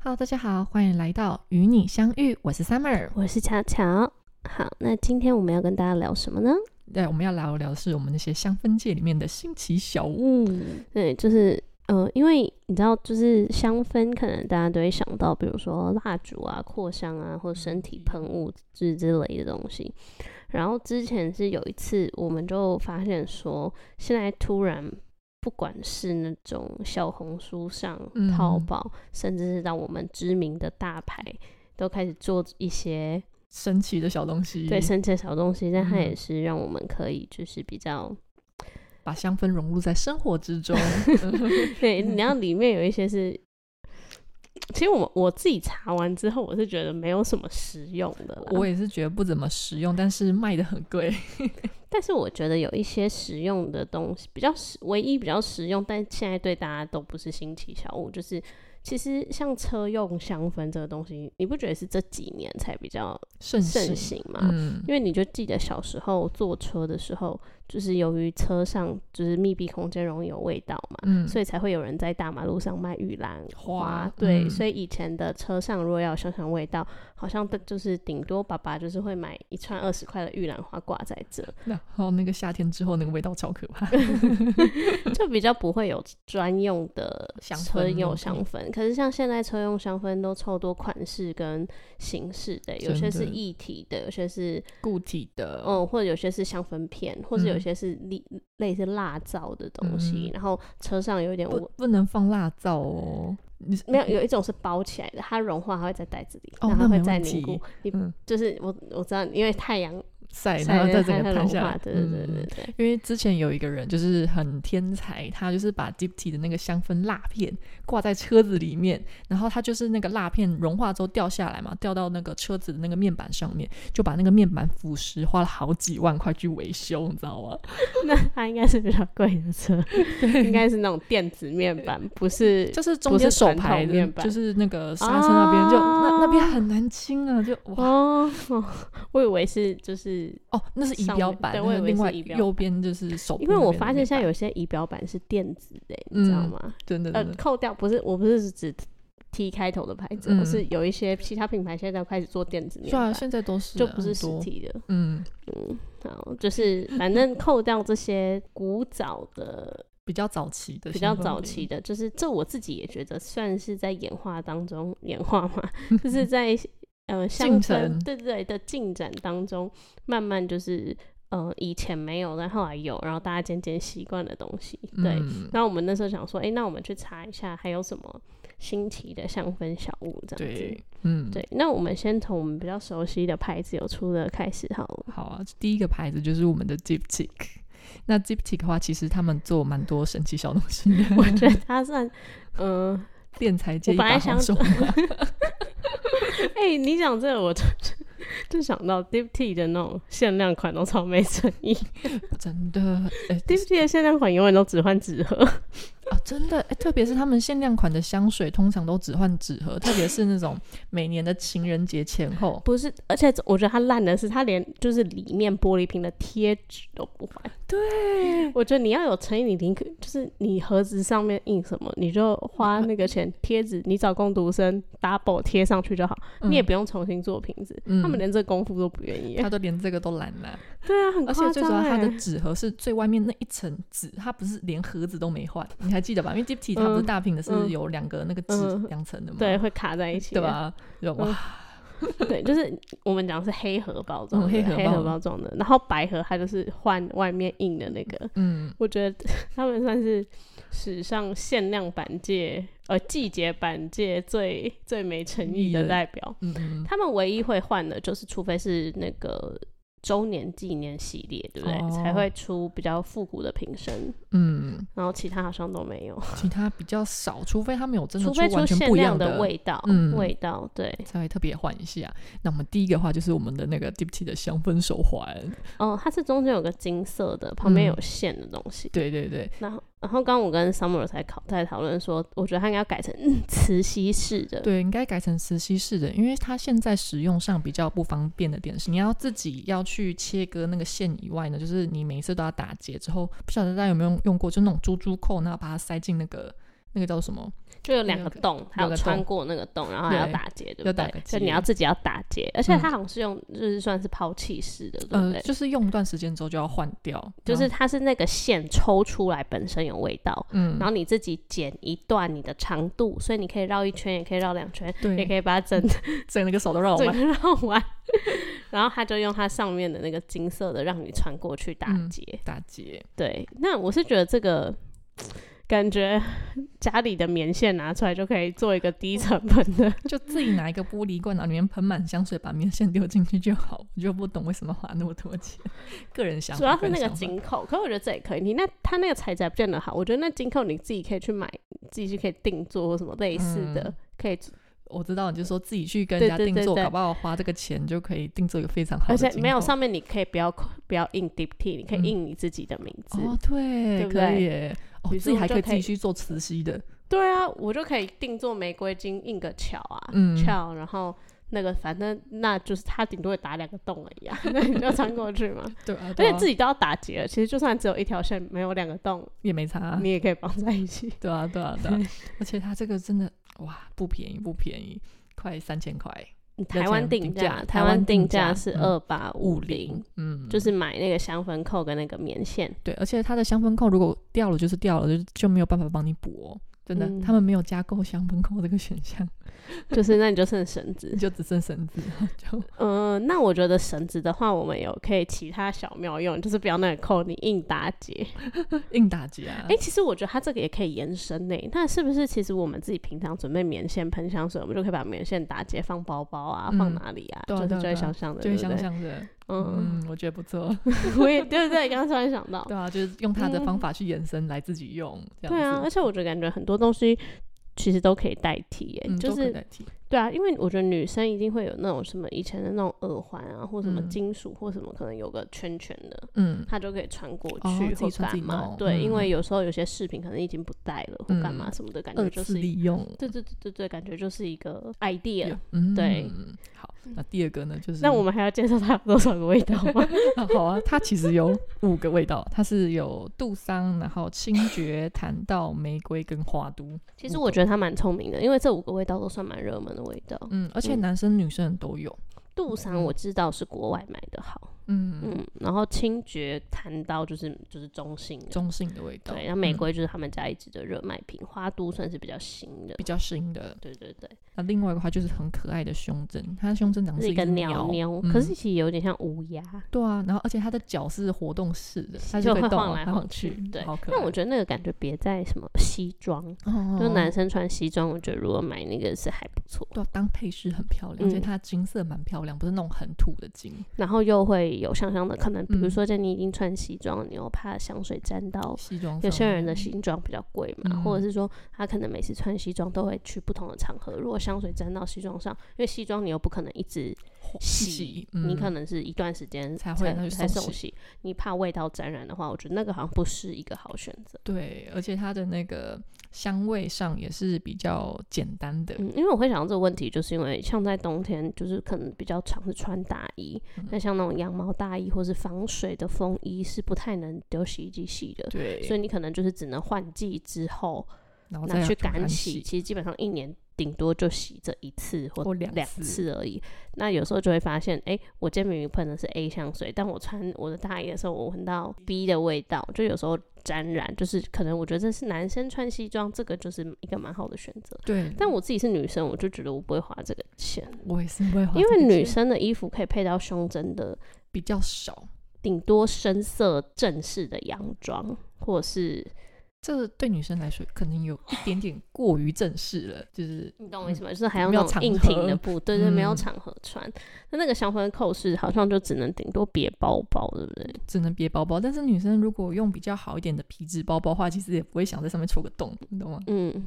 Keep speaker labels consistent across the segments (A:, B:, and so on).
A: Hello，大家好，欢迎来到与你相遇，我是 Summer。
B: 我是巧巧。好，那今天我们要跟大家聊什么呢？
A: 对，我们要聊聊的是我们那些香氛界里面的新奇小物。
B: 嗯，对，就是呃，因为你知道，就是香氛，可能大家都会想到，比如说蜡烛啊、扩香啊，或身体喷雾之之类的东西。然后之前是有一次，我们就发现说，现在突然不管是那种小红书上、
A: 嗯
B: 淘宝，甚至是到我们知名的大牌，都开始做一些
A: 神奇的小东西，
B: 对生切小东西，但它也
A: 嗯
B: 是让我们可以就是 比较
A: 把香氛融入在生活之 中。
B: 对，然后里面有一些是，其实我我自己查完之后，我是觉得没有什么实用的啦。
A: 我也是觉得不怎么实用，但是卖的很贵。
B: 但是我觉得有一些实用的东西，比较实，唯一比较实用，但现在对大家都不是新奇小物，就是其实像车用香氛这个东西，你不觉得是这几年才比较
A: 盛
B: 盛行啊吗？
A: 嗯，
B: 因为你就记得小时候坐车的时候，就是由于车上就是密闭空间容易有味道嘛，
A: 嗯
B: 所以才会有人在大马路上卖玉兰
A: 花
B: 花。对，
A: 嗯
B: 所以以前的车上如果要香香味道，好像的就是顶多爸爸就是会买一串二十块的玉兰花挂在 这，
A: 然后那个夏天之后，那个味道超可 怕。
B: 就比较不会有专用的
A: 香
B: 车
A: 氛
B: 用
A: 嗯
B: 香氛。可是像现在车用香氛都超多款式跟形式的，有些
A: 真的
B: 是一体的，有些是
A: 固体的，
B: 嗯，或者有些是香氛片，或者有
A: 嗯
B: 些是类类似蜡皂的东西，
A: 嗯
B: 然后车上有一点
A: 不
B: 我
A: 不能放辣皂哦。你是
B: 没有有一种是包起来的，它融化还会在袋子里，
A: 哦
B: 然
A: 那
B: 后会
A: 没
B: 再
A: 问
B: 凝固
A: 题。
B: 你
A: 嗯
B: 就是我我知道，因为太阳
A: 晒，
B: 晒
A: 然后
B: 了
A: 再整
B: 它
A: 个
B: 会
A: 拍
B: 融
A: 下
B: 化，
A: 来。
B: 对对对
A: 嗯
B: 对对。
A: 因为之前有一个人就是很天才，他就是把 d i p t y 的那个香氛蜡片挂在车子里面，然后他就是那个蜡片融化之后掉下来嘛，掉到那个车子的那个面板上面，就把那个面板腐蚀，花了好几万块去维修，你知 道吗？
B: 那它应该是比较贵 的车，应该是那种电子面板，不是
A: 就是中间手牌
B: 不是传统
A: 的
B: 面，板
A: 就是那个刹车那边，啊就那那边很难清啊，就哇
B: 哦。我以为是就是，
A: 哦，那是仪
B: 上
A: 表
B: 面
A: 板，
B: 对
A: 那
B: 我以为
A: 另
B: 是
A: 外
B: 仪表
A: 右边就是手部
B: 因
A: 那边的面板，
B: 为我发现现在有些仪表板是电子的，你知道
A: 嗯
B: 吗？
A: 真的
B: 呃
A: 真的，
B: 扣掉不是，我不是指 T 开头的牌子，
A: 嗯
B: 我是有一些其他品牌现在都开始做电子面
A: 是啊，
B: 板，
A: 现在都是
B: 就
A: 啊
B: 不是
A: 很
B: 实
A: 多
B: 体的。
A: 嗯，
B: 嗯，好，就是反正扣掉这些古早的、
A: 比较早期的，
B: 比较早期。的，就是这我自己也觉得算是在演化当中演化 嘛，就是在呃香
A: 进
B: 氛
A: 程
B: 对对对的进展当中，慢慢就是。呃，以前没有，但后来有，然后大家渐渐习惯的东西，对，
A: 嗯
B: 那我们那时候想说，哎、那我们去查一下还有什么新奇的香氛小物这样子。
A: 对，嗯，
B: 对，那我们先从我们比较熟悉的牌子有出的开始好了。
A: 好啊。第一个牌子就是我们的 Diptic。那 Diptic 的话，其实他们做蛮多神奇小东西 的，
B: 我觉得它算，嗯、
A: 电材界
B: 我
A: 一
B: 本来
A: 把
B: 想
A: 好手嘛。
B: 哎、你讲这个，我就 就想到 Deep T 的那种限量款都超没诚意。
A: 真的，哎、
B: Deep T 的限量款永远都只换纸盒，
A: 啊，真的，哎、特别是他们限量款的香水，通常都只换纸盒，特别是那种每年的情人节前后，
B: 不是？而且我觉得它烂的是，它连就是里面玻璃瓶的贴纸都不换。
A: 对，
B: 我觉得你要有诚意，你宁可就是你盒子上面印什么，你就花那个钱贴纸，你找工读生 double 贴上去就好，你也不用重新做瓶子。
A: 嗯
B: 他们连这功夫都不愿意。
A: 他都连这个都懒了、
B: 对啊，很
A: 而
B: 夸
A: 且最主
B: 张
A: 要，它
B: 哎、
A: 的纸盒是最外面那一层纸，它不是连盒子都没换，你还记得吧？因为 Dipty 它不是
B: 嗯
A: 大瓶的，是
B: 嗯
A: 有两个那个
B: 嗯
A: 纸两层的嘛，
B: 对，会卡在一起，
A: 对？吧？有哇，
B: 对，就是我们讲是黑盒包装的、
A: 嗯黑盒包
B: 黑盒包装的，然后白盒它就是换外面印的那个。
A: 嗯，
B: 我觉得 他们算是史上限量版界，呃，季节版界最最没诚意的
A: 嗯
B: 代表。
A: 嗯嗯，
B: 他们唯一会换的就是，除非是那个周年纪念系列，对不对？
A: 哦
B: 才会出比较复古的瓶身，
A: 嗯，
B: 然后其他好像都没有，
A: 其他比较少，除非他们有真的
B: 除非
A: 完
B: 出
A: 全
B: 限
A: 不一
B: 量
A: 样
B: 味道，
A: 嗯
B: 味道对。
A: 才会特别换一下。那我们第一个话就是我们的那个 Dipty 的香氛手环，
B: 哦，它是中间有个金色的，旁边
A: 嗯
B: 有线的东西。
A: 对对对，
B: 然后，然后刚刚我跟 Summer 才考在讨论说，我觉得它应该要改成 嗯磁吸式的。
A: 对，应该改成磁吸式的，因为它现在使用上比较不方便的点是，你要自己要去切割那个线以外呢，就是你每一次都要打结之后，不晓得大家有没有用过，就那种珠珠扣，然后把它塞进那个那个叫什么？
B: 就有两个洞，还
A: 有
B: 有
A: 个
B: 穿
A: 洞
B: 过那个洞，然后还要
A: 对
B: 打结，对
A: 要
B: 不
A: 打
B: 对
A: 个？
B: 所以你
A: 结
B: 要自己要打结，而且
A: 嗯
B: 它好像是用，就是算是抛弃式的，对不
A: 呃，嗯
B: 对？
A: 就是用一段时间之后就要换掉，
B: 就是
A: 然后
B: 它是那个线抽出来本身有味道，
A: 嗯，
B: 然后你自己剪一段你的长度，所以你可以绕一圈，也可以绕两圈，也可
A: 对，
B: 以把它整
A: 整那个手都让我
B: 整
A: 们
B: 个绕完。 然后他就用它上面的那个金色的让你穿过去打
A: 嗯
B: 结。
A: 打结，
B: 对，那我是觉得这个感觉 家里的棉线拿出来就可以做一个低成本的。
A: 就自己拿一个玻璃罐，然后里面喷满香水，把棉线丢进去就好。我就不懂为什么花那么多钱，个人想法
B: 主要是
A: 人
B: 那个
A: 想法
B: 紧扣，可我觉得这也可以。你那它那个材质还不见得好，我觉得那紧扣你自己可以去买，自己去可以定做或什么类似的，
A: 嗯
B: 可以。
A: 我知道，你就说自己去跟人
B: 对
A: 家
B: 对
A: 定
B: 对
A: 做，
B: 对
A: 搞不好花这个钱就可以定做一个非常好
B: 而
A: 的
B: 且
A: 进口，
B: 没有上面你可以不要不要印 d i p t 你可以
A: 嗯
B: 印你自己的名字。
A: 哦，对，
B: 对不
A: 可
B: 对
A: 以耶，哦，
B: 比如
A: 自己
B: 说
A: 还
B: 就
A: 可以自
B: 可
A: 己
B: 以
A: 去做磁吸的，
B: 对啊，我就可以定做玫瑰金，印个巧啊，
A: 嗯
B: 巧，然后那个反正那就是它顶多会打两个洞而已啊，那你就穿过去嘛。
A: 对啊，
B: 而
A: 对
B: 且
A: 啊
B: 自己都要打结了，其实就算只有一条线，没有两个洞，
A: 也没差啊，
B: 你也可以绑在一 起。
A: 对啊，对啊，对啊，而且它这个真的哇，不便宜，不便宜，快三千块，
B: 台湾
A: 钱定
B: 定
A: 价
B: 价，
A: 台
B: 台
A: 湾
B: 湾
A: 定
B: 定价
A: 价
B: 是
A: 嗯
B: 二八五
A: 50
B: 零，，
A: 嗯，
B: 就是买那个香氛扣跟那个棉线。
A: 对，而且它的香氛扣如果掉了就是掉了，就就没有办法帮你补哦。真的，
B: 嗯
A: 他们没有加购香氛扣这个选项，
B: 就是那你就剩绳子
A: 你。就只剩绳子，就
B: 嗯、那我觉得绳子的话，我们有可以其他小妙用，就是不要那个扣，你硬打结。
A: 硬打结啊。
B: 哎、其实我觉得它这个也可以延伸呢。那是不是其实我们自己平常准备棉线喷香水，我们就可以把棉线打结放包包啊，
A: 嗯
B: 放哪里啊，
A: 对啊
B: 就是
A: 对啊
B: 就
A: 对啊
B: 会香香的，
A: 就
B: 对
A: 会
B: 不
A: 想
B: 对？
A: 象着，
B: 嗯，
A: 嗯，我觉得不错，
B: 我也对对对，刚刚突然想到，
A: 对啊，就是用他的
B: 嗯
A: 方法去延伸来自己用，这
B: 对啊
A: 样，
B: 而
A: 子，
B: 且我觉得感觉很多东西其实都可以代替耶，
A: 嗯，
B: 就
A: 都可以
B: 是
A: 代替
B: 对啊，因为我觉得女生一定会有那种什么以前的那种耳环啊，或什么
A: 嗯
B: 金属或什么，可能有个圈圈的。
A: 嗯，
B: 她就可以穿过
A: 哦
B: 去
A: 自己穿
B: 或
A: 自
B: 干
A: 己
B: 嘛？
A: 弄
B: 对，因
A: 嗯
B: 为有时候有些饰品可能已经不戴了或干嘛
A: 嗯
B: 什么的，感觉
A: 二
B: 就
A: 次
B: 是
A: 利用，
B: 对对对对对，感觉就是一个 idea。
A: 嗯，
B: 对。嗯
A: 好，那第二个呢， 就是
B: 那我们还要介绍它有多少个味道吗？
A: 啊 好啊，它其实有五个味道，它是有杜桑，然后清绝、檀道、玫瑰跟花都。
B: 其实我觉得它蛮聪明的，因为这五个味道都算蛮热门的味道。
A: 嗯，而且
B: 嗯
A: 男生女生都有。
B: 杜桑我知道是国外买的好，
A: 嗯，
B: 嗯，然后清绝、檀刀就是就是中性的，
A: 中性的味道。
B: 对，然后玫
A: 嗯
B: 瑰就是他们家一直的热卖品，花都算是比较新的
A: 比。较新的。
B: 对对对，
A: 那另外一个话就是很可爱的胸针，它的胸针长得哦
B: 是
A: 是
B: 一个
A: 只
B: 鸟鸟，可
A: 嗯
B: 是其实有点像乌鸦，
A: 对啊，然后而且它的脚是活动式的，它
B: 就
A: 会
B: 会
A: 动
B: 晃
A: 啊
B: 来
A: 它
B: 晃
A: 晃
B: 去对
A: 好可爱。
B: 那我觉得那个感觉别在什么西装，
A: 得，哦、
B: 就男生穿西装，我觉得如果买那个是还不错。
A: 对啊、当配饰很漂亮，而且
B: 嗯
A: 它的金色蛮漂亮，不是那种很土的金。
B: 然后又会有香香的，可能比如
A: 嗯
B: 说，在你已经穿西装了，你又怕香水沾到。
A: 西装
B: 有
A: 上
B: 些
A: 面
B: 人的西装比较贵嘛，或者
A: 嗯
B: 是说他可能每次穿西装都会去不同的场合，如果香水沾到西装上，因为西装你又不可能一直
A: 火
B: 洗，
A: 嗯
B: 你可能是一段时间
A: 才会那就
B: 才
A: 送
B: 送洗，你怕味道沾染的话，我觉得那个好像不是一个好选择。
A: 对，而且它的那个香味上也是比较简单的，
B: 嗯，因为我会想到这个问题，就是因为像在冬天，就是可能比较常是穿大衣，
A: 嗯
B: 那、像那种羊毛大衣或是防水的风衣是不太能丢洗衣机洗的，
A: 对，
B: 所以你可能就是只能换季之后
A: 然后哦再
B: 拿去
A: 赶
B: 干洗，其实基本上一年顶多就洗这一次
A: 或
B: 或
A: 哦两
B: 两
A: 次
B: 次而已。那有时候就会发现，哎、我今天明明喷的是 A 香水，但我穿我的大衣的时候，我闻到 B 的味道，就有时候沾染，就是可能我觉得这是男生穿西装，这个就是一个蛮好的选择。
A: 对，
B: 但我自己是女生，我就觉得我不会花这个钱，
A: 我也是会花
B: 因
A: 这
B: 为
A: 个
B: 女
A: 钱
B: 生的衣服可以配到胸针的
A: 比较少，
B: 顶多深色正式的洋装，或者是
A: 这对女生来说可能有一点点过于正式了，嗯就是
B: 你懂我意思吗？就是还有
A: 没有
B: 那种
A: 场
B: 硬挺
A: 合
B: 的布，对对，没有
A: 嗯
B: 场合穿。那那个香氛扣是好像就只能顶多别包包，对不对？
A: 只能别包包。但是女生如果用比较好一点的皮质包包的话，其实也不会想在上面戳个洞，你懂吗？
B: 嗯，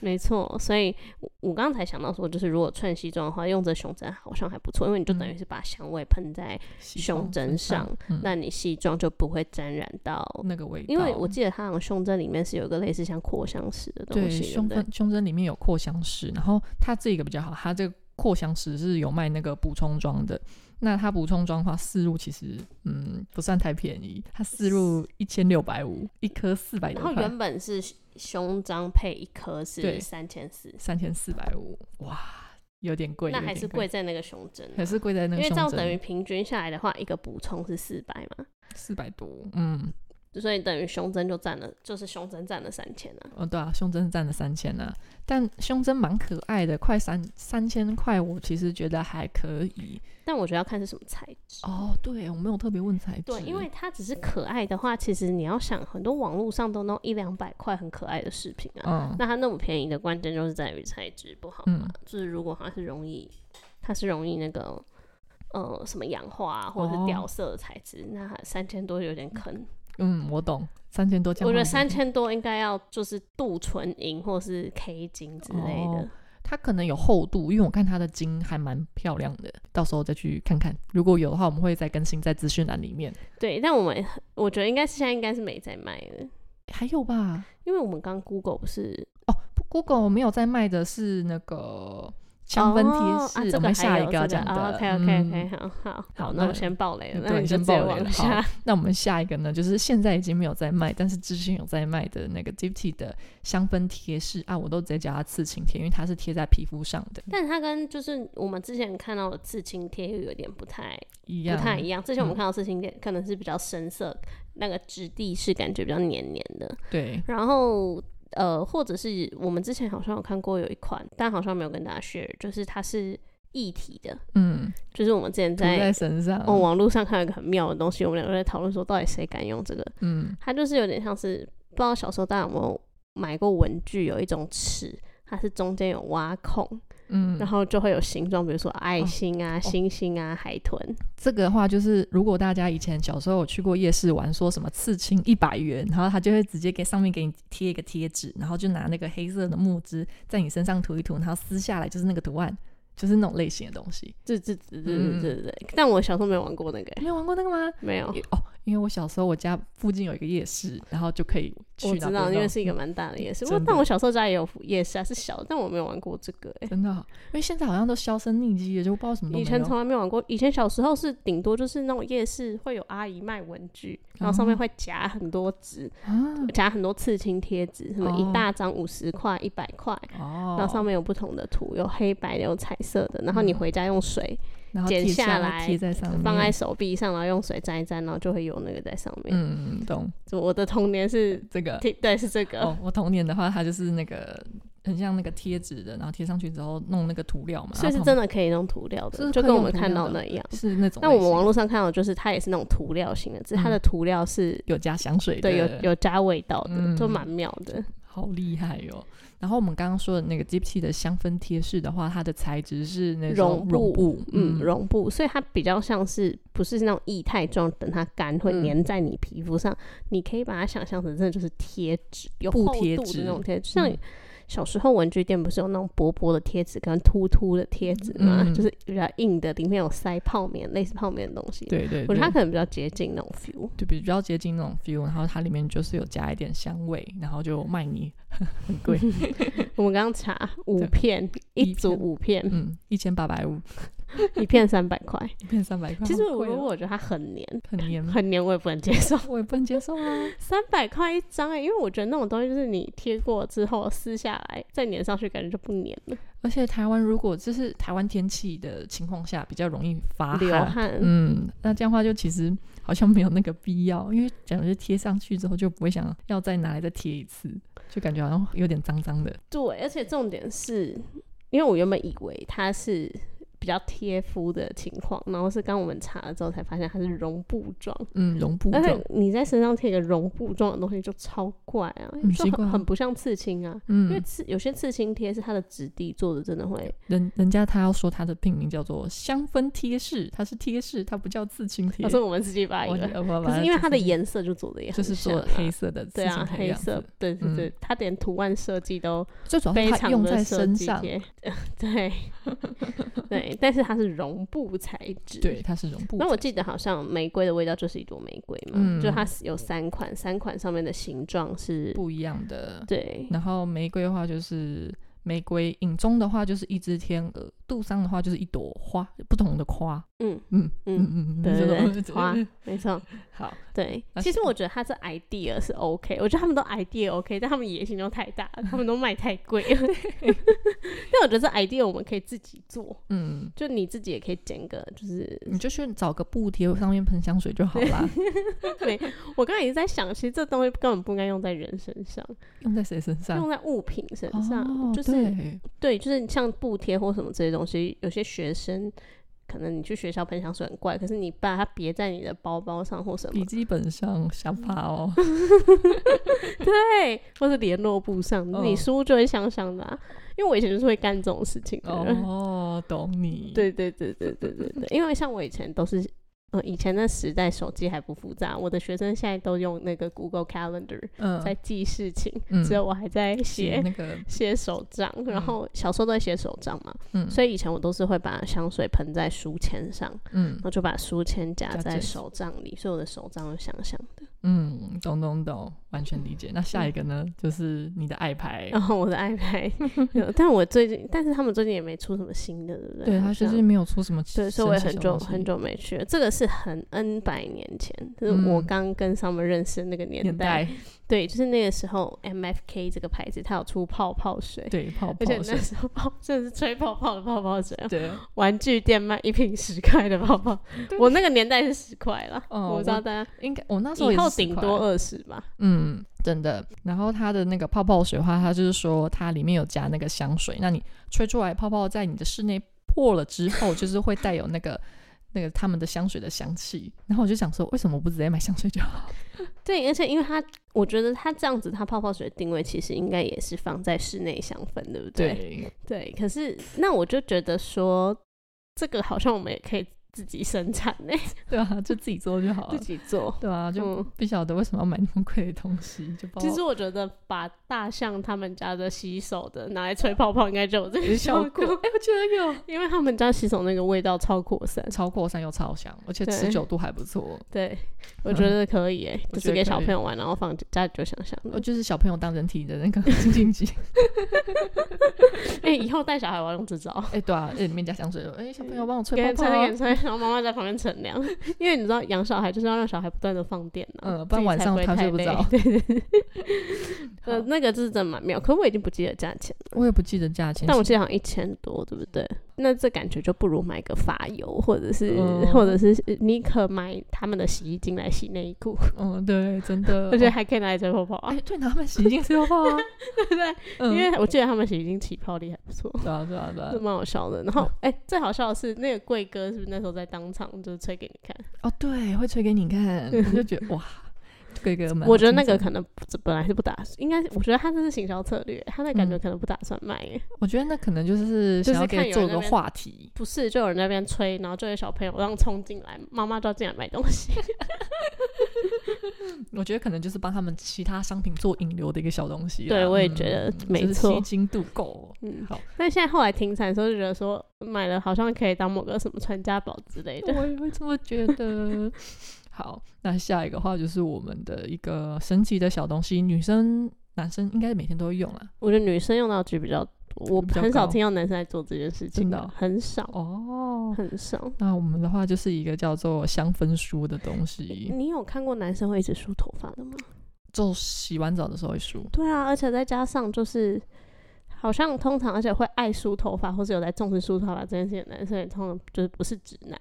B: 没错。所以我我刚才想到说，就是如果穿西装的话，用这胸针好像还不错，因为你就等于
A: 嗯
B: 是把香味喷在
A: 西
B: 胸
A: 装
B: 针
A: 身
B: 上，，
A: 嗯
B: 那你西装就不会沾染到。
A: 那个味道，
B: 因为我记得它好像胸针里面是有一个类似像扩香石的东
A: 对
B: 西，对
A: 胸
B: 不对？
A: 分胸针里面有扩香石，然后它这个比较好，它这个扩香石是有卖那个补充装的。那它补充装的话，四入其实嗯不算太便宜，它四入一千六百五，一颗四百
B: 然
A: 多
B: 后
A: 块，
B: 原本是胸章配一颗
A: 对
B: 是三千四，
A: 三千四百五，哇，有点贵，
B: 那
A: 有
B: 还
A: 点
B: 是贵，在那个胸针啊、
A: 还是贵在那
B: 因
A: 个
B: 为
A: 胸
B: 这
A: 针，
B: 样等于平均下来的话，一个补充是四百嘛，
A: 四百多，嗯，
B: 所以等于胸针就占了，就是胸针占了三千啊。
A: 哦，对啊，胸针占了三千呢，但胸针蛮可爱的，快三三千块，我其实觉得还可以。
B: 但我觉得要看是什么材质。
A: 哦，对，我没有特别问材质，
B: 对，因为它只是可爱的话，其实你要想，很多网络上都弄一两百块很可爱的饰品啊。
A: 嗯，
B: 那它那么便宜的关键就是在于材质不好嘛，
A: 嗯
B: 就是如果它是容易，它是容易那个呃什么氧化、啊、或者
A: 哦
B: 是掉色的材质，那三千多有点坑。
A: 嗯，我懂，三千多这样
B: 我觉
A: 换
B: 得三千多应该要就是镀纯银或是 K 金之类的。
A: 哦它可能有厚度，因为我看它的筋还蛮漂亮的，到时候再去看看。如果有的话，我们会再更新在资讯栏里面。
B: 对，但我们我觉得应该是现在应该是没在卖的，
A: 还有吧？
B: 因为我们刚 Google 不是
A: 哦不，Google 我没有在卖的是那个香氛
B: 哦
A: 贴
B: 啊
A: 饰，
B: 这
A: 我
B: 个
A: 们
B: 还
A: 下一
B: 有
A: 要
B: 这
A: 讲的。
B: 哦、OK OK
A: 嗯
B: OK，、好好
A: 好
B: 那
A: 那嗯
B: 我先爆雷了，
A: 对
B: 那你
A: 你
B: 就
A: 先
B: 直
A: 爆
B: 接
A: 雷了
B: 往
A: 好
B: 下。
A: 那我们下一个呢，就是现在已经没有在卖，但是之前有在卖的那个 Dipty 的香氛贴饰啊，我都直接叫它刺青贴，因为它是贴在皮肤上的，
B: 但它跟就是我们之前看到的刺青贴又有点不太
A: 一
B: 不
A: 样。
B: 太一样。之前我们
A: 嗯
B: 看到刺青贴可能是比较深色，那个质地是感觉比较黏黏的。
A: 对，
B: 然后呃，或者是我们之前好像有看过有一款，但好像没有跟大家 share，就是它是一体的，
A: 嗯，
B: 就是我们之前
A: 涂在
B: 在。
A: 身上，
B: 哦，网络上看到一个很妙的东西，我们两个在讨论说，到底谁敢用这个？
A: 嗯，
B: 它就是有点像是，不知道小时候大家有没有买过文具，有一种尺，它是中间有挖孔，
A: 嗯
B: 然
A: 嗯，
B: 后就会有形状，比如说爱心啊、
A: 哦
B: 星星啊、海豚。
A: 这个的话就是，如果大家以前小时候有去过夜市玩，说什么刺青一百元，然后他就会直接给上面给你贴一个贴纸，然后就拿那个黑色的墨汁在你身上涂一涂，然后撕下来就是那个图案，就是那种类型的东西。
B: 这这这这
A: 嗯
B: 这这这，但我小时候没有玩过那个、欸
A: 你没有玩过那个吗？
B: 没有。
A: 也哦，因为我小时候我家附近有一个夜市，然后就可以去
B: 我
A: 那
B: 知
A: 边
B: 道，因为
A: 弄
B: 是一个蛮大的夜市。
A: 真
B: 我
A: 的
B: 但我小时候家也有夜市啊，是小的，但我没有玩过这个、欸。
A: 真的哦、因为现在好像都销声匿迹了，就不知道什么都
B: 以
A: 没
B: 前
A: 有。
B: 从来没有玩过，以前小时候是顶多就是那种夜市会有阿姨卖文具，然后上面
A: 哦
B: 会夹很多纸，
A: 啊，
B: 夹很多刺青贴纸，什么
A: 哦
B: 一大张五十块、一百块，
A: 哦，
B: 然后上面有不同的图，有黑白的，有彩色的。然后你
A: 嗯
B: 回家用水
A: 然后
B: 剪
A: 贴
B: 下来
A: 贴在上面，
B: 放在手臂上，然后用水沾一沾，然后就会有那个在上面。
A: 嗯，懂
B: 就我的童年是，
A: 这个。
B: 贴 对，是这个。
A: 呃哦，我童年的话，它就是那个很像那个贴纸的，然后贴上去之后弄那个涂料嘛，
B: 所以是
A: 然后
B: 真的可以用涂料的，
A: 啊是
B: 就
A: 可以
B: 跟我
A: 用
B: 们
A: 涂
B: 看
A: 料
B: 到
A: 的
B: 那一样。
A: 是那种类型。
B: 那我们网络上看到，就是它也是那种涂料型的，只是
A: 嗯
B: 它的涂料是、
A: 有加香水的，
B: 对有有加味道的，
A: 嗯
B: 就蛮妙的。
A: 好厉害哟、然后我们刚刚说的那个 Gypsy 的香氛贴饰的话，它的材质是那种
B: 绒
A: 绒布，
B: 嗯，绒布，所以它比较像是不是那种液态状，等它干会
A: 嗯
B: 粘在你皮肤上。你可以把它想象成真的就是贴纸，有
A: 布
B: 厚度
A: 贴
B: 的
A: 纸
B: 那种贴纸，像
A: 嗯
B: 小时候文具店不是有那种薄薄的贴纸跟凸凸的贴纸 嘛，
A: 嗯
B: 就是比较硬的，里面有塞泡棉，类似泡棉的东西。
A: 对对
B: 我
A: 对
B: 觉得它可能比较接近那种 feel。
A: 就比较接近那种 feel，然后它里面就是有加一点香味，然后就卖 你很贵，
B: 我们刚刚查五
A: 对
B: 片，一
A: 一
B: 组
A: 片
B: 五片，
A: 嗯，一千八百五，
B: 一片三百块。
A: 一片三百块，
B: 其实
A: 好
B: 我
A: 贵
B: 如
A: 哦
B: 果我觉得它很黏，
A: 很黏，。
B: 很黏我也不能接受
A: 我也不能接受啊，
B: 三百块一张哎、因为我觉得那种东西就是你贴过之后撕下来再粘上去，感觉就不粘了，
A: 而且台湾如果就是台湾天气的情况下，比较容易发
B: 流
A: 汗。
B: 汗。
A: 啊嗯，那这样的话就其实好像没有那个必要，因为感觉贴上去之后就不会想要再拿来再贴一次，就感觉好像有点脏脏的。
B: 对，而且重点是，因为我原本以为它是比较贴肤的情况，然后是刚我们查了之后才发现它是绒布状，
A: 嗯，绒布
B: 而
A: 状
B: 且，你在身上贴一个绒布状的东西就超怪啊，
A: 很
B: 就
A: 奇怪
B: 很
A: 啊
B: 很不像刺青啊。因为
A: 嗯，
B: 刺有些刺青贴是它的质地做的，真的会
A: 人人家他要说他的病名叫做香氛贴饰，它是贴饰，它不叫刺青贴
B: 可。哦是我们自己把一
A: 我觉
B: 个，
A: 得我把
B: 可是
A: 它
B: 因为
A: 就
B: 它的颜色就做的也很
A: 就是做
B: 像啊
A: 黑色的刺
B: 对
A: 青
B: 啊，
A: 贴的
B: 黑
A: 样
B: 色
A: 子，
B: 对对
A: 嗯
B: 对，它连图案设计都
A: 最主要
B: 非
A: 是它
B: 常
A: 用
B: 的
A: 在
B: 设
A: 身
B: 计
A: 上，
B: 贴， 对对，但是它是绒布材质。
A: 对，，它是绒布
B: 那
A: 的。
B: 我记得好像玫瑰的味道就是一朵玫瑰嘛，
A: 嗯
B: 就它是有三款，三款上面的形状是，
A: 不一样的。
B: 对，
A: 然后玫瑰的话就是玫瑰，影中的话就是一只天鹅，杜桑的话就是一朵花，不同的花。
B: 嗯
A: 嗯
B: 嗯，
A: 嗯
B: 对对
A: 这
B: 对，
A: 种
B: 花没错，
A: 好，
B: 对
A: 那。
B: 其
A: 是
B: 实我觉得他这 idea 是 OK，我觉得他们都 idea OK，但他们野心都太大了，他们都卖太贵 了。但我觉得这 idea 我们可以自己做，
A: 嗯，
B: 就你自己也可以剪个，就是
A: 你就去找个布贴上面喷香水就好 啦。
B: 我刚才也在想，其实这东西根本不应该用在人身上，
A: 用在谁身上？
B: 用在物品身上，
A: 啊哦，
B: 就是
A: 对
B: 对，就是像布贴或什么这些东西，有些学生可能你去学校喷香水很怪，可是你把它别在你的包包上或什
A: 笔
B: 么，
A: 记本上想法 哦。
B: 对，或是联络簿上，
A: 哦
B: 你书就会香香的啊、因为我以前就是会干这种事情的人。
A: 哦，懂你。，
B: 对对对对对对对，因为像我以前都是，呃，以前那时代手机还不复杂，我的学生现在都用那个 Google Calendar
A: 嗯，
B: 在记事情，
A: 嗯
B: 只有我还在写
A: 写那个，
B: 写手账，然后小时候都在写手账嘛，
A: 嗯
B: 所以以前我都是会把香水喷在书签上，
A: 嗯
B: 然后就把书签夹
A: 夹
B: 在
A: 着
B: 手账里，所以我的手账就香香的。
A: 嗯，懂懂懂，完全理解。那下一个呢，就是你的爱牌。
B: 然后我的 iPad，有 但我最近，但是他们最近也没出什么新的，对不对？
A: 对，
B: 好
A: 他就
B: 像
A: 是没有出什么神
B: 对，
A: 奇
B: 所
A: 小
B: 以我
A: 东西，
B: 也很久很久没去了。这个是很 N 百年前，就是
A: 嗯
B: 我刚跟 Summer 认识的那个年代。
A: 年代，
B: 对，就是那个时候 MFK 这个牌子，它有出泡泡水，
A: 对泡泡
B: 而且那
A: 水，
B: 时候泡真的是吹泡泡的泡泡水，
A: 对，
B: 玩具店卖一瓶十块的泡泡
A: 对，
B: 我那个年代是十块啦，
A: 哦
B: 我不知道大家
A: 应该我那时候
B: 以
A: 也是
B: 后
A: 十
B: 顶
A: 块
B: 多二十吧。
A: 嗯，真的。然后它的那个泡泡水的话，它就是说它里面有加那个香水，那你吹出来泡泡在你的室内破了之后，就是会带有那个那个他们的香水的香气。然后我就想说，为什么不直接买香水就好？
B: 对，而且因为它，我觉得它这样子，它泡泡水的定位其实应该也是放在室内香氛，对不对？
A: 对，
B: 对，可是那我就觉得说，这个好像我们也可以自己生产呢、
A: 对啊，就自己做就好
B: 自
A: 了。
B: 己做。
A: 对啊，就
B: 嗯
A: 不晓得为什么要买那么贵的东西，就包
B: 其实我觉得把大象他们家的洗手的拿来吹泡泡，应该就有这个
A: 效
B: 效
A: 果。哎、
B: 果，
A: 我觉得 有
B: 因为他们家洗手那个味道超过三。
A: 超过三又超香，而且
B: 对
A: 持久度还不错。
B: 对，我觉得可以诶、
A: 嗯我觉
B: 就是
A: 得
B: 给小
A: 可以
B: 朋友玩，然后放家里就想想
A: 我哦就是小朋友当人体的那个 清净剂。
B: 哎、以后带小孩我要用这招，
A: 哎、对啊，哎里面加香水，哎、小朋友帮我吹
B: 嗯给
A: 泡泡
B: 人吹
A: 啊、
B: 给人吹，然后妈妈在旁边乘凉， 因为你知道养小孩就是要让小孩不断的放电啊，
A: 嗯不然
B: 自己
A: 晚
B: 才
A: 上
B: 会
A: 他
B: 太
A: 睡不
B: 累
A: 着
B: 对对对， 呃，
A: 好
B: 那个是真的蛮妙，可我已经不记得价钱，
A: 我也不记得价钱，
B: 但我记得好像一千多，对不对？那这感觉就不如买个发油，或者是、
A: 嗯
B: 或者是呃你可买他们的洗衣精来洗内裤，
A: 嗯，对，真的，
B: 而且还可以拿来吹泡泡
A: 哦
B: 啊，
A: 哎，对，他们洗衣精是泡泡啊，
B: 对不对？
A: 嗯，
B: 因为我嗯记得他们洗衣精起泡力还不错。
A: 对啊，对啊，对啊
B: 这，蛮好笑的，然后哎、最好笑的是那个贵哥是不是那时候在当场就是吹给你看？
A: 哦，对，会吹给你 看，我就觉得哇，贵哥们，
B: 我觉得那个，可能不本来是不打，应该是我觉得他这是行销策略，他那感
A: 嗯
B: 觉可能不打算卖耶、
A: 我觉得那可能就是想要
B: 就是看
A: 给
B: 有
A: 做
B: 人
A: 个
B: 在那边
A: 话题，
B: 不是，就有人在那边吹，然后就有小朋友让冲进来，妈妈就要进来买东西。
A: 我觉得可能就是帮他们其他商品做引流的一个小东西啦，
B: 对我也
A: 嗯
B: 觉得
A: 嗯
B: 没
A: 就是
B: 错
A: 吸睛度 够，
B: 嗯
A: 好，
B: 但现在后来停产的时候就觉得说，买了好像可以当某个什么传家宝之类的。
A: 我也会这么觉得。 好，那下一个话就是我们的一个神奇的小东西，女生、男生应该每天都会用啊啦，
B: 我觉得女生用到值比较，我
A: 比较
B: 很
A: 高
B: 少听到男生在做这件事情
A: 真的哦
B: 很少
A: 哦，
B: 很少。
A: 那我们的话就是一个叫做香氛梳的东西，
B: 你有看过男生会一直梳头发的吗？
A: 就洗完澡的时候会梳。
B: 对啊，而且再加上就是，好像通常而且会爱梳头发或是有在重视梳头发这件事情的男生，也通常就是不是直男，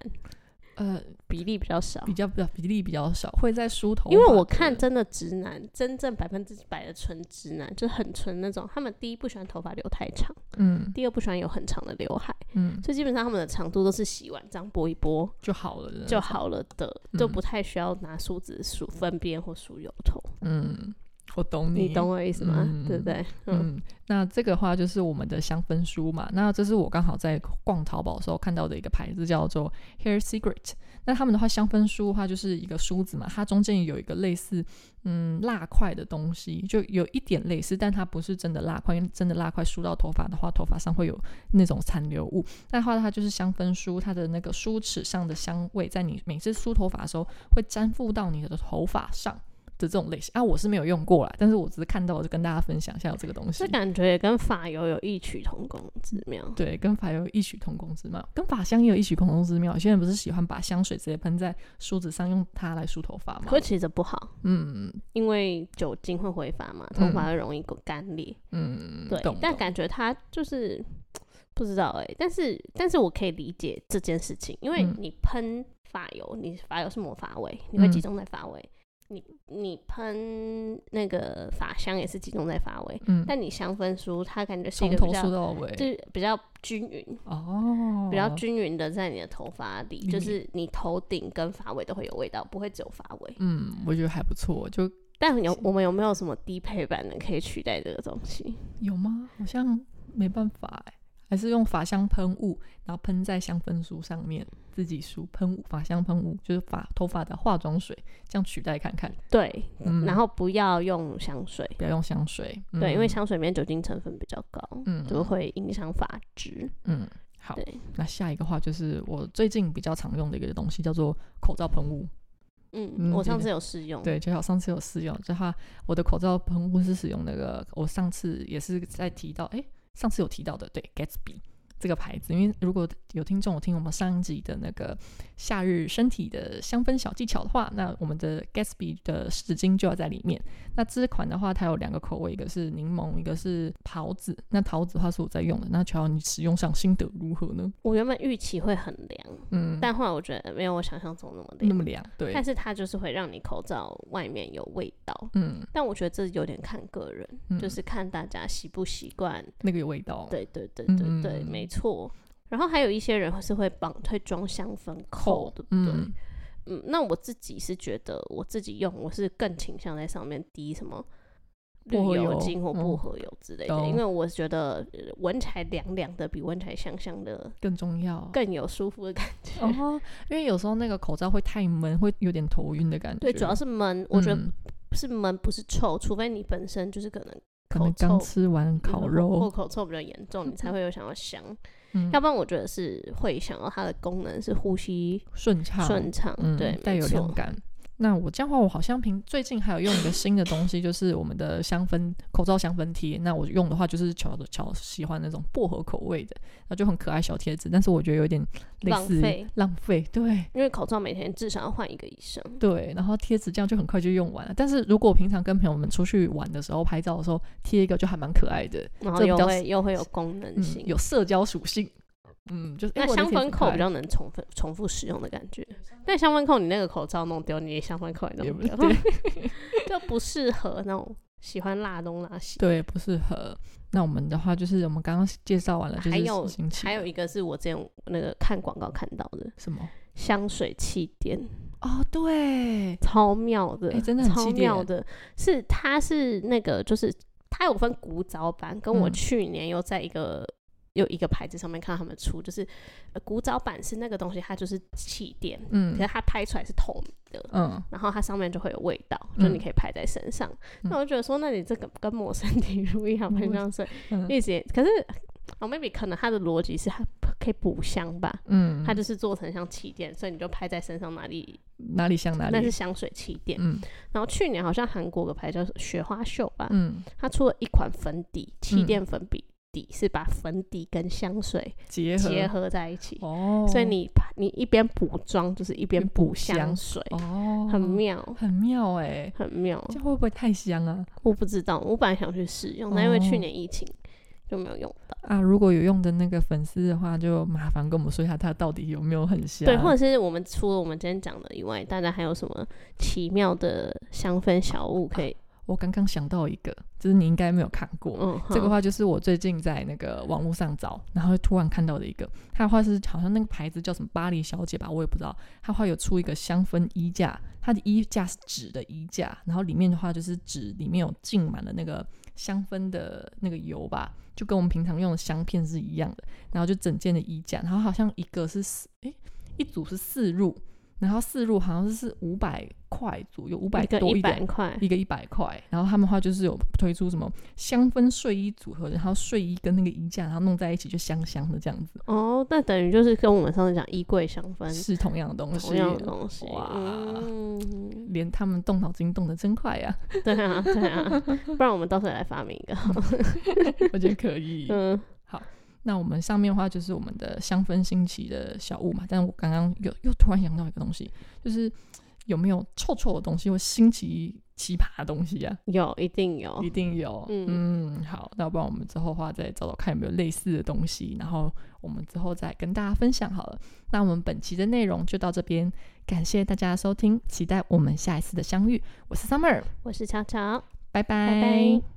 A: 呃，
B: 比例比较少。
A: 比较比较比例比较少，会在梳头发的。
B: 哦因为我看真的直男，真正百分之百的纯直男，就是很纯那种。他们第一不喜欢头发留太长，
A: 嗯
B: 第二不喜欢有很长的刘海，
A: 嗯
B: 所以基本上他们的长度都是洗完这样拨一拨
A: 就好了的，
B: 就好了的，就
A: 嗯
B: 不太需要拿梳子梳分边或梳油头。
A: 嗯，我懂
B: 你懂我意思吗？对不对？嗯，
A: 嗯，那这个话就是我们的香氛梳嘛。那这是我刚好在逛淘宝的时候看到的一个牌子，叫做 Hair Secret。那他们的话，香氛梳的话就是一个梳子嘛，它中间有一个类似嗯蜡块的东西，就有一点类似，但它不是真的蜡块，因为真的蜡块梳到头发的话，头发上会有那种残留物。那的话，它就是香氛梳，它的那个梳齿上的香味，在你每次梳头发的时候会粘附到你的头发上。的这种类型啊，我是没有用过啦，但是我只是看到，我就跟大家分享一下有这个东西
B: 这。感觉也跟法油有异曲同工之妙。
A: 对，跟法有异曲同工之妙，跟法香也有异曲同工之妙。有些人不是喜欢把香水直接喷在梳子上，用它来梳头发吗
B: 可？其实不好，
A: 嗯
B: 因为酒精会挥发嘛，头发会容易干裂。
A: 嗯，
B: 对
A: 懂，
B: 但
A: 懂
B: 感觉它就是不知道哎、但是但是我可以理解这件事情，因为
A: 嗯
B: 你喷发油，你发油是抹发尾，你会集
A: 嗯
B: 中在发尾。你你喷那个发香也是集中在发尾，
A: 嗯，
B: 但你香氛梳它感觉是一
A: 从
B: 个
A: 头
B: 比较
A: 梳到
B: 就
A: 尾，
B: 是比较均匀，
A: 哦，
B: 比较均匀的在你的头发里，就
A: 嗯
B: 是你头顶跟发尾都会有味道，不会只有发尾。
A: 嗯，我觉得还不错，就
B: 但有我们有没有什么低配版的可以取代这个东西？
A: 有吗？好像没办法哎、还是用法香喷雾，然后喷在香氛梳上面，自己梳喷雾，法香喷雾就是发头发的化妆水，这样取代看看。
B: 对，
A: 嗯，
B: 然后不要用香水，
A: 不要用香水，
B: 对，因为
A: 嗯
B: 香水里面酒精成分比较高，
A: 嗯
B: 就会影响发质。
A: 嗯，好
B: 对，
A: 那下一个话就是我最近比较常用的一个东西叫做口罩喷雾。
B: 嗯，
A: 嗯
B: 我
A: 对
B: 上
A: 对
B: 次有试用，
A: 对，就像上次有试用，就它我的口罩喷雾是使用那个，我上次也是在提到，诶，上次有提到的，对，Gatsby 这个牌子，因为如果有听众有听我们上一集的那个夏日身体的香氛小技巧的话，那我们的 Gatsby 的湿纸巾就要在里面。那这款的话，它有两个口味，一个是柠檬，一个是桃子。那桃子的话是我在用的，那乔乔你使用上心得如何呢？
B: 我原本预期会很凉，
A: 嗯，
B: 但后来我觉得没有我想象中那么
A: 那
B: 凉。
A: 么凉，对
B: 但，是它就是会让你口罩外面有味道，
A: 嗯，
B: 但我觉得这有点看个人，
A: 嗯
B: 就是看大家习不习惯。
A: 那个有味道，
B: 对对对
A: 嗯
B: 对
A: 嗯
B: 对，
A: 嗯
B: 没错。然后还有一些人是会绑会装香氛扣，对不对？
A: 嗯
B: 嗯，那我自己是觉得我自己用，我是更倾向在上面滴什么绿
A: 薄荷
B: 油
A: 油
B: 精或
A: 嗯
B: 薄荷油之类的，
A: 懂
B: 因为我觉得呃闻起来凉凉的，比闻起来香香的
A: 更重要，
B: 更有舒服的感觉。
A: 哦，因为有时候那个口罩会太闷，会有点头晕的感觉。
B: 对，主要是闷，我觉得
A: 嗯
B: 是闷，不是臭，除非你本身就是可能
A: 可
B: 口
A: 能刚
B: 臭
A: 吃完烤
B: 或
A: 肉，
B: 口臭比较严重， 你才会有想要香。
A: 嗯
B: 要，不然我觉得是会想要它的功能是呼吸
A: 顺畅，
B: 顺畅，
A: 嗯，
B: 对，
A: 带
B: 没
A: 有
B: 错
A: 凉感。那我这样的话，我好像平最近还有用一个新的东西，就是我们的香氛口罩香氛贴。那我用的话就是乔的乔喜欢那种薄荷口味的，那就很可爱小贴纸，但是我觉得有点类
B: 浪
A: 似
B: 费
A: 浪费，对，
B: 因为口罩每天至少要换一个以上。
A: 对，然后贴纸这样就很快就用完了。但是如果平常跟朋友们出去玩的时候拍照的时候贴一个，就还蛮可爱的，
B: 然后
A: 这比
B: 又
A: 较
B: 会又会有功能性，
A: 嗯，有社交属性。嗯，就是
B: 那
A: 诶我的
B: 香
A: 贴纸
B: 氛
A: 很可
B: 扣比
A: 爱
B: 较能重复重复使用的感觉，但香氛扣你那个口罩弄丢，你的香氛扣也
A: 也
B: 弄
A: 不
B: 不掉，
A: 对
B: 就不适合那种喜欢辣东辣西。
A: 对，不适合。那我们的话就是我们刚刚介绍完了，就是
B: 还有
A: 心情
B: 还有一个是我之前那个看广告看到的
A: 什么？
B: 香水气垫，
A: 哦，对，
B: 超妙的，
A: 哎真的很
B: 超
A: 气
B: 妙
A: 垫
B: 的，是它是那个就是它有分古早版，跟我
A: 嗯
B: 去年又在一个。有一个牌子上面看到他们出，就是、呃古早版是那个东西，它就是气垫，可
A: 嗯
B: 是它拍出来是透明的，
A: 嗯，
B: 然后它上面就会有味道，
A: 嗯
B: 就你可以拍在身上。
A: 嗯
B: 那我就觉得说，那你这个跟抹身体乳一样
A: 嗯
B: 喷香水，
A: 嗯
B: 意思也可是哦，maybe 可能它的逻辑是它可以补香吧，
A: 嗯，
B: 它就是做成像气垫，所以你就拍在身上哪里，
A: 哪里像哪
B: 那是
A: 里，
B: 香水气垫。
A: 嗯
B: 然后去年好像韩国有个牌叫雪花秀吧，
A: 嗯，
B: 它出了一款粉底，气
A: 嗯
B: 垫粉底底、是把粉底跟香水
A: 结合
B: 结合在一起。
A: 哦，
B: 所以你你一边补妆，就是一边
A: 边
B: 补
A: 补香
B: 香水，
A: 哦，
B: 很妙，
A: 很妙哎，
B: 很妙。
A: 这样会不会太香啊？
B: 我不知道，我本来想去试用，但因
A: 哦
B: 为去年疫情就没有用到。
A: 啊，如果有用的那个粉丝的话，就麻烦跟我们说一下，它到底有没有很香？
B: 对，或者是我们除了我们今天讲的以外，大家还有什么奇妙的香氛小物可以？
A: 我刚刚想到一个，就是你应该没有看过。
B: 嗯，
A: 啊这个
B: 好
A: 话就是我最近在那个网络上找，然后突然看到的一个，它的话是好像那个牌子叫什么巴黎小姐吧，我也不知道。它的话有出一个香氛衣架，它的衣架是纸的衣架，然后里面的话就是纸里面有浸满了那个香氛的那个油吧，就跟我们平常用的香片是一样的。然后就整件的衣架，然后好像一个是四，诶，一组是四入，然后四入好像是五百块左右，五百
B: 一个
A: 多
B: 一
A: 一
B: 百
A: 点。
B: 块，
A: 一个一百块，然后他们的话就是有推出什么香氛睡衣组合，然后睡衣跟那个衣架，然后弄在一起就香香的这样子，
B: 哦，那等于就是跟我们上次讲衣柜相分
A: 是同样的东西，
B: 同样的东西，
A: 哇
B: 嗯，
A: 连他们动脑筋动得真快呀、
B: 对啊，对啊， 不然我们到时候也来发 明一个，
A: 我觉得可以。
B: 嗯，
A: 那我们上面的话就是我们的香氛新奇的小物嘛，但我刚刚又又突然想到一个东西，就是有没有臭臭的东西或新奇奇葩的东西啊呀、
B: 有，一定有
A: 一，定有。
B: 嗯
A: 哦嗯好，那不然我们之后的话再找找看有没有类似的东西，然后我们之后再跟大家分享好了。那我们本期的内容就到这边，感谢大家的收听，期待我们下一次的相遇。我是 Summer，
B: 我是巧巧，
A: 拜拜
B: 拜拜